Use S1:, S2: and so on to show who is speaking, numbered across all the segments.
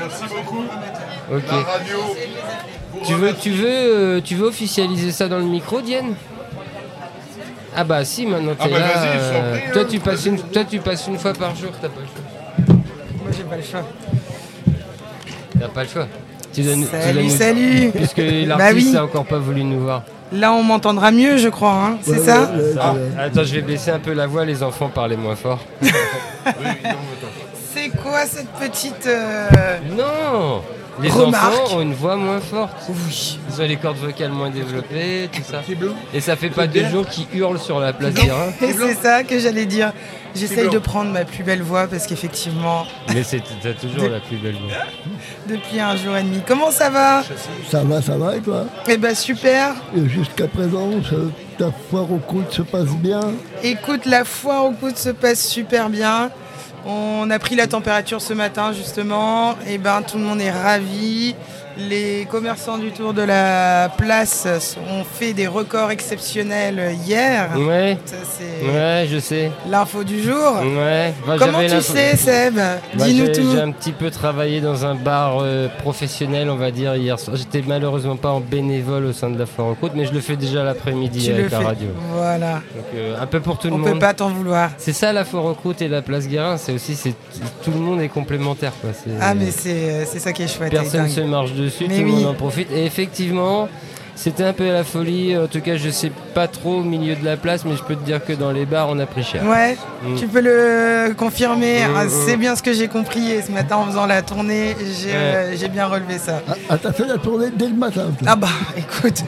S1: Merci beaucoup.
S2: Ok.
S1: La radio. vous
S2: Tu veux,
S1: remercie.
S2: tu, veux, euh, tu veux officialiser ça dans le micro, Diane Ah bah si, maintenant t'es
S1: Ah bah
S2: là. euh,
S1: vas-y, je t'en prie,
S2: toi,
S1: hein.
S2: tu passes une, toi, tu passes une fois par jour, t'as pas le choix.
S3: Moi, j'ai pas le choix.
S2: T'as pas le choix. Tu dois nous- tu dois
S3: Salut,
S2: nous-
S3: salut
S2: Puisque l'artiste
S3: Bah oui.
S2: a encore pas voulu nous voir.
S3: Là, on m'entendra mieux, je crois, hein, c'est ça
S2: Ah, Attends, je vais baisser un peu la voix, les enfants, parlez moins fort.
S3: C'est quoi cette petite... euh,
S2: Non Les
S3: Remarque.
S2: enfants ont une voix moins forte. Oui. Ils ont les cordes vocales moins développées, tout ça. Et ça fait pas deux jours qu'ils hurlent sur la place des reins.
S3: Et c'est ça que j'allais dire. J'essaye de prendre ma plus belle voix parce qu'effectivement,
S2: Mais c'est t'as toujours la plus belle voix.
S3: depuis un jour et demi, comment ça va
S4: Ça va, ça va et toi
S3: Eh ben super.
S4: Et Jusqu'à présent, ça- ta foire au coude se passe bien
S3: Écoute, la foire au coude se passe super bien. On a pris la température ce matin justement. Et ben tout le monde est ravi. Les commerçants du tour de la place ont fait des records exceptionnels hier.
S2: Ouais,
S3: Ça c'est
S2: ouais, je sais.
S3: l'info du jour.
S2: Ouais. Bah,
S3: Comment
S2: j'avais
S3: tu
S2: l'info-
S3: sais Seb
S2: Bah,
S3: Dis-nous
S2: j'ai-
S3: tout.
S2: J'ai un petit peu travaillé dans un bar euh, professionnel, on va dire, hier soir. J'étais malheureusement pas en bénévole au sein de la foire aux côtes, mais je le fais déjà l'après-midi
S3: Tu
S2: avec
S3: le
S2: la
S3: fais.
S2: radio.
S3: Voilà.
S2: Donc euh, un peu pour tout le
S3: On
S2: monde.
S3: peut pas t'en vouloir.
S2: C'est ça la foire aux côtes et la place Guérin, c'est aussi c'est tout le monde est complémentaire quoi. c'est-
S3: Ah mais c'est c'est ça qui est chouette.
S2: Mmh. personne
S3: c'est
S2: se
S3: dingue.
S2: marche dessus,
S3: Mais
S2: tout le
S3: oui.
S2: monde en profite. Et effectivement, c'était un peu la folie. En tout cas, je sais pas trop au milieu de la place, mais je peux te dire que dans les bars, on a pris cher.
S3: Ouais,
S2: Mm.
S3: tu peux le confirmer.
S2: Mm,
S3: Ah,
S2: mm.
S3: C'est bien ce que j'ai compris et ce matin en faisant la tournée, j'ai euh, j'ai bien relevé ça.
S4: Ah, ah, t'as fait la tournée dès le matin toi.
S3: Ah bah écoute,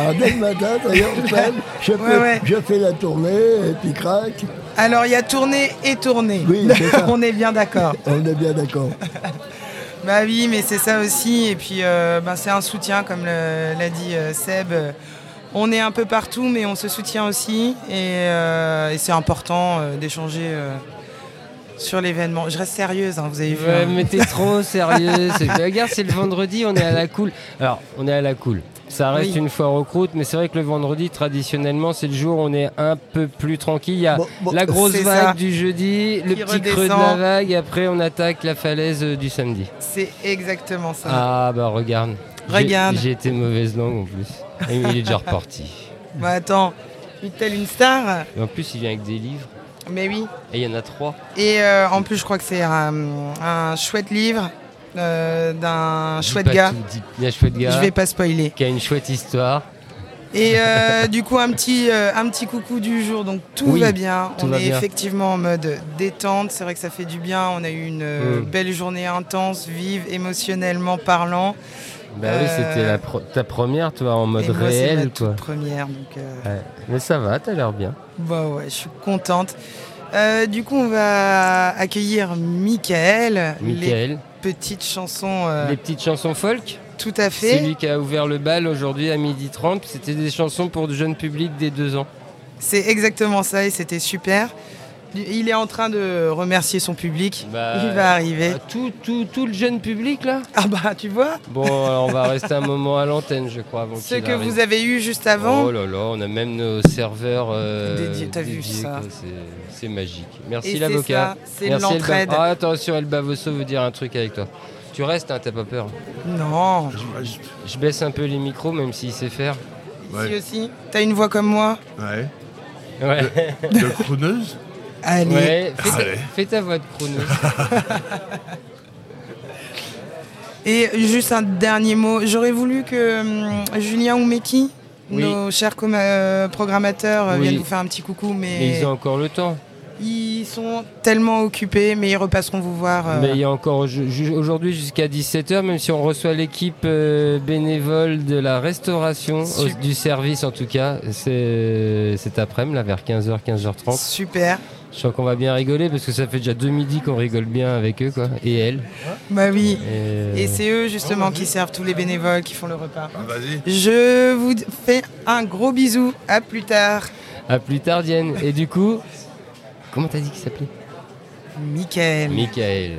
S4: Ah, dès le matin, d'ailleurs, Fred, je,
S3: Ouais,
S4: fais,
S3: ouais.
S4: je fais la tournée, et puis crac,
S3: alors il y a tournée et tournée.
S4: Oui, c'est ça.
S3: On est bien d'accord.
S4: on est bien d'accord.
S3: Bah oui, mais c'est ça aussi. Et puis, euh, ben, c'est un soutien, comme le- l'a dit euh, Seb. On est un peu partout, mais on se soutient aussi. Et, euh, et c'est important euh, d'échanger euh, sur l'événement. Je reste sérieuse, hein, vous avez vu.
S2: Ouais,
S3: hein.
S2: mais t'es trop sérieux. C'est- Regarde, c'est le vendredi, on est à la cool. Alors, on est à la cool. Ça reste
S3: Oui.
S2: une foire aux croûtes, mais c'est vrai que le vendredi, traditionnellement, c'est le jour où on est un peu plus tranquille. Il y a
S4: Bon, bon,
S2: la grosse
S3: c'est
S2: vague
S3: ça.
S2: du jeudi, le
S3: Qui
S2: petit creux de la
S3: redescend.
S2: vague, et après, on attaque la falaise euh, du samedi.
S3: C'est exactement ça.
S2: Ah, bah regarde. J'ai-
S3: Regarde.
S2: J'ai été mauvaise langue en plus. Et Il est déjà reparti.
S3: Bah attends, une telle une star
S2: Et en plus, il vient avec des livres.
S3: Mais oui.
S2: Et il y en a trois.
S3: Et euh, en plus, je crois que c'est un, un chouette livre euh, d'un
S2: Dis
S3: chouette
S2: pas
S3: gars.
S2: tout, dis- Il y a un chouette gars
S3: Je vais pas spoiler.
S2: qui a une chouette histoire.
S3: Et euh, du coup, un petit, euh, un petit coucou du jour. Donc tout
S2: Oui,
S3: va bien.
S2: tout
S3: on
S2: va
S3: est
S2: bien.
S3: effectivement en mode détente. C'est vrai que ça fait du bien. On a eu une euh,
S2: Mm.
S3: belle journée intense, vive, émotionnellement parlant.
S2: Bah
S3: Euh,
S2: oui, c'était la pro- ta première, toi, en mode
S3: Et moi, c'est ma
S2: réel,
S3: toute
S2: quoi.
S3: première. Donc, euh,
S2: Ouais. Mais ça va, t'as l'air bien.
S3: bah ouais, je suis contente. Euh, du coup, on va accueillir Michael. Les
S2: Michael,
S3: petites chansons, euh,
S2: les petites chansons folk,
S3: tout à
S2: c'est
S3: fait.
S2: lui qui a ouvert le bal aujourd'hui à 12h30. C'était des chansons pour le jeune public des deux ans.
S3: C'est exactement ça et c'était super. Il est en train de remercier son public.
S2: Bah,
S3: Il va arriver.
S2: Ah, Tout, tout, tout le jeune public, là
S3: Ah bah tu vois
S2: Bon, alors, on va rester un moment à l'antenne, je crois, avant
S3: ce
S2: qu'il
S3: que
S2: arrive.
S3: vous avez eu juste avant.
S2: Oh là là, on a même nos serveurs euh,
S3: Dédiés, t'as vu
S2: dédiés,
S3: ça.
S2: quoi, c'est- C'est magique.
S3: et
S2: Merci
S3: c'est
S2: l'avocat.
S3: ça, c'est de
S2: Merci, Elba-
S3: l'entraide.
S2: Ah, attention, El Bavosso veut dire un truc avec toi. Tu restes, hein, t'as pas peur.
S3: Non.
S2: Je baisse un peu les micros, même s'il sait faire.
S1: Ouais.
S3: Ici aussi. T'as une voix comme moi
S1: Ouais.
S2: Ouais,
S1: De crooneuse
S3: Allez.
S2: Euh, ouais. Fais, ta,
S1: Allez.
S2: fais ta voix de chrono.
S3: Et juste un dernier mot. J'aurais voulu que hum, Julien ou Meki,
S2: Oui.
S3: nos chers com- euh, programmateurs, euh,
S2: Oui.
S3: viennent vous faire un petit coucou,
S2: Mais
S3: mais
S2: ils ont encore le temps.
S3: ils sont tellement occupés, mais ils repasseront vous voir. euh,
S2: Mais il y a encore ju- ju- aujourd'hui jusqu'à 17h, même si on reçoit l'équipe euh, bénévole de la restauration,
S3: Sup-
S2: au- du service en tout cas, c'est cet après-midi, là, vers 15h, 15h30.
S3: Super.
S2: Je sens qu'on va bien rigoler parce que ça fait déjà deux midis qu'on rigole bien avec eux quoi, et elle.
S3: Bah oui.
S2: Et, euh,
S3: Et c'est eux justement qui servent tous les bénévoles qui font le repas.
S1: Ah, Vas-y.
S3: Je vous d- fais un gros bisou. À plus tard.
S2: euh, à plus tard Diane. Et du coup, comment t'as dit qu'il s'appelait
S3: Michael.
S2: Michael.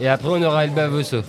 S2: Et après on aura El Bavosso.